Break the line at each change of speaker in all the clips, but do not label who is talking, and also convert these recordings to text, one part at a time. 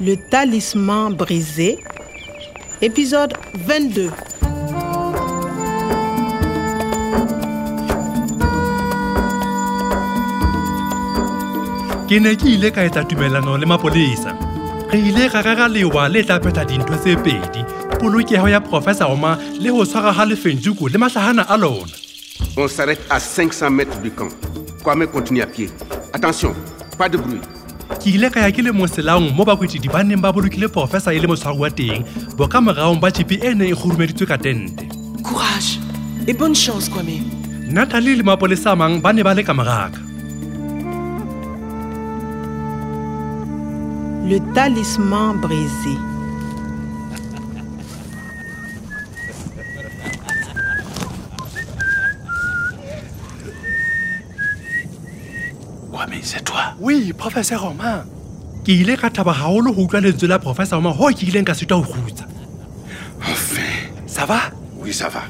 Le talisman brisé, épisode 22.
ke ne ke ile ka etsa tumelano le mapolesa re ile ra rera lewa le tla phetha dintho tse pedi polokeho ya profesa oma le ho tshwara ha lefenduko le mahlahana a lona
On s'arrête à 500 mètres du camp. Kwame continue à pied. Attention, pas de bruit.
ke ile ka ya ke le moselang mo bakwetidi ba neng ba bolokile profesa e le motshwari wa teng bokamoraong ba jipi e neng e kgurumeditswe ka tente
Courage et bonne chance, Kwame.
natali le mapolesa a mang ba ne ba le ka moraka
Le talisman brisé.
Kwame, c'est toi.
oui professeur oma ke ile ka thaba haholo ho utlwa lentswe la professeur oma ho ke ileng ka sitwa ho kgutsa
Enfin.
ça va
Oui, ça va.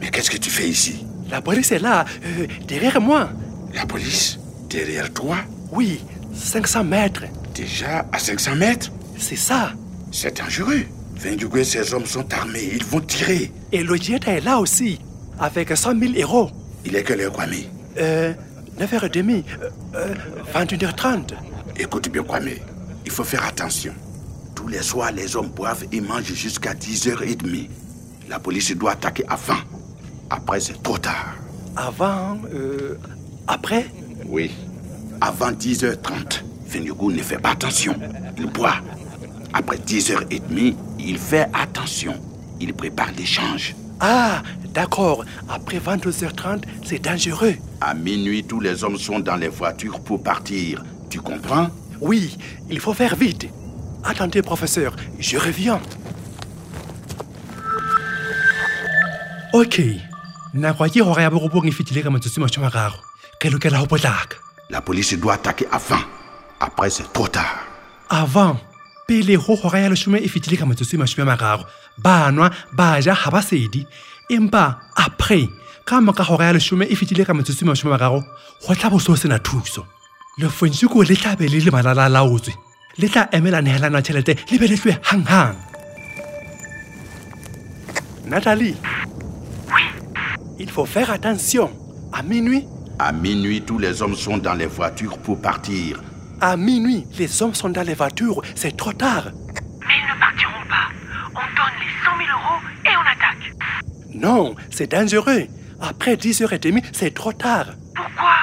Mais qu'est-ce que tu fais ici
la police est là euh, derrière moi
La police Derrière toi
oui 500 mètres
Déjà à 500 mètres
c'est ça
C'est dangereux. Vendugo et ses hommes sont armés. Ils vont tirer.
Et le dieta est là aussi, avec 100 000 euros.
Il est quelle heure, Kwame
Euh, 9h30, euh, euh, 21h30.
Écoute bien, Kwame. Il faut faire attention. Tous les soirs, les hommes boivent et mangent jusqu'à 10h30. La police doit attaquer avant. Après, c'est trop tard.
Avant, euh, après
Oui. Avant 10h30, Fenugu ne fait pas attention. Il boit. Après 10h30, il fait attention. Il prépare l'échange.
Ah, d'accord, après 22h30, c'est dangereux.
À minuit, tous les hommes sont dans les voitures pour partir. Tu comprends
Oui, il faut faire vite. Attendez, professeur, je reviens. Okay. nakwa ke hora ya borobong e fetile ka matsatsi mashome a raro ke lokela ho potlaka
La police doit attaquer avant. Après, c'est trop tard.
avant pele ho hora ya leshome e fetile ka matsotso e mashome a mararo ba nwa ba ja ha ba sedi empa après ka moka hora ya leshome e fetile ka matsotso e mashome a mararo go tla boso sena thuso lefonsiko le tla be le le malala a laotswe le tla emela nehelano ya tjhelete le be le tlwe hanghang natalie il faut faire attention à minuit
À minuit, tous les hommes sont dans les voitures pour partir.
à minuit les hommes sont dans les voitures c'est trop tard
Mais ils ne partiront pas. On donne les 100 000 euros et on attaque.
Non, c'est dangereux. Après 10h30, c'est trop tard.
Pourquoi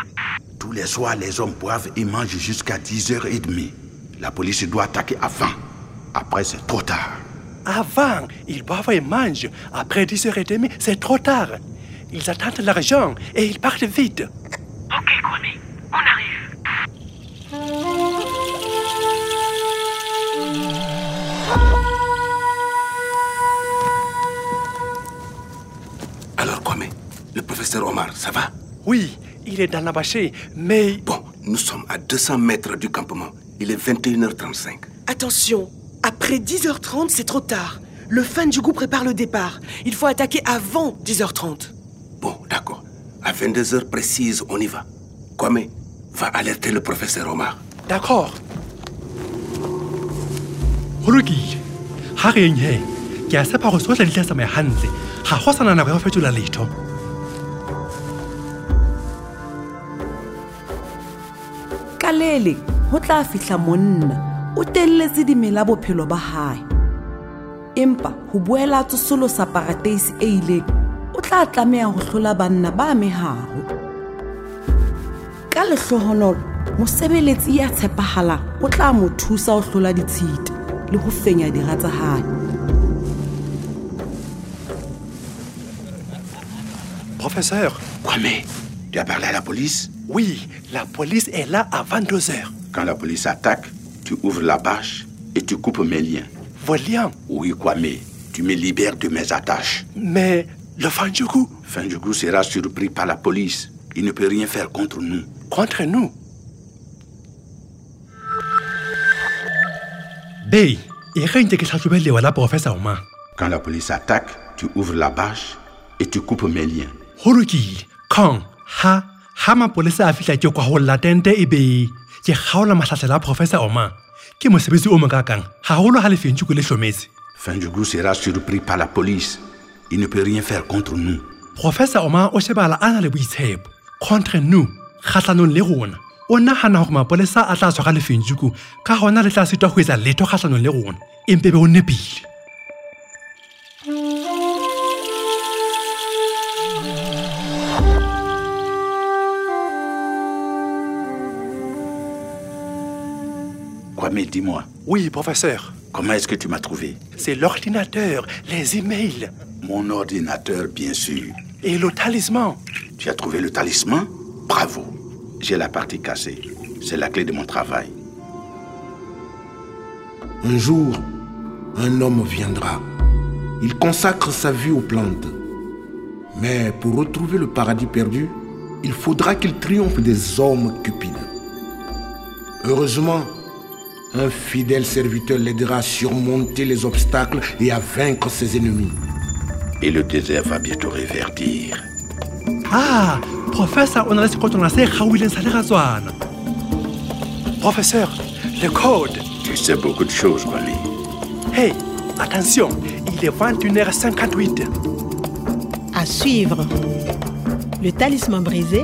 Tous les soirs, les hommes boivent et mangent jusqu'à 10h30. La police doit attaquer avant. Après, c'est trop tard.
Avant, ils boivent et mangent. Après 10h30, c'est trop tard. Ils attendent l'argent et ils partent vite.
Ok, Kwame, on arrive.
Alors Kwame, le professeur Omar, ça va
Oui, il est dans la bâchée, mais...
Bon, nous sommes à 200 mètres du campement. Il est 21h35.
Attention, après 10h30, c'est trop tard. Le fan du goût prépare le départ. Il faut attaquer avant 10h30.
Bon, d'accord. À 22 heures précises, on y va. Kwame, va alerter le professeur Omar.
D'accord. Ho lokile. Ha re eng he? Ke a tshepa hore sohle di tla tsamaya hantle. Ha ho sana nako ya ho fetola letho.
ka le leng ho tla fihla monna o telletse dimela bophelo ba hae empa ho boela a tsosolosa parateisi e ileng o tla tlameha ho hlola banna ba mehaho ka lehlohonolo mosebeletsi ya tshepahalang o tla mo thusa ho hlola ditshita le ho fenya dira tsa hae
Professeur,
Kwame, tu as parlé à la police
oui, la police est là à 22h.
Quand la police attaque, tu ouvres la bâche et tu coupes mes liens.
Volian,
Oui, Kwame, tu me libères de mes attaches.
mais le fan du coup,
Fendjougou sera surpris par la police. Il ne peut rien faire contre nous.
contre nous. Bey, e re nke ke tlhatlhobe lewa la professor Omar.
Quand la police attaque, tu ouvres la bâche et tu coupes mes liens.
Ho lokile. Kong, ha, ha mapolesa a fihla ke kwa ho latente e be ke kgaola mahlasela a professor Omar. ke mosebetsi o mokakang gagolo ga lefentšhiko le tlhometse
Fendjougou sera surpris par la police. Il ne peut rien faire contre nous.
professor oma o shebala a na le boitshepo contre nous kgatlhanong le rona o nagana gore mapolesa a tla tshwara lefentšhiko ka gona le tla sitwa go etsa leto kgatlhanong le rona empebe o nepile
Kwame, dis-moi,
oui professeur
comment est-ce que tu m'as trouvé
c'est l'ordinateur les emails
Mon ordinateur, bien sûr.
et le talisman
Tu as trouvé le talisman Bravo. J'ai la partie cassée. C'est la clé de mon travail.
Un jour, un homme viendra. Il consacre sa vie aux plantes. Mais pour retrouver le paradis perdu, il faudra qu'il triomphe des hommes cupides. Heureusement, un fidèle serviteur l'aidera à surmonter les obstacles et à vaincre ses ennemis.
Et le désert va bientôt réverdir.
Ah, professeur, on a laissé quand on a laissé Raouilin Salerazoan. Professeur, le code.
Tu sais beaucoup de choses, Kwame.
Hey, attention, il est 21h58.
À suivre. Le Talisman brisé,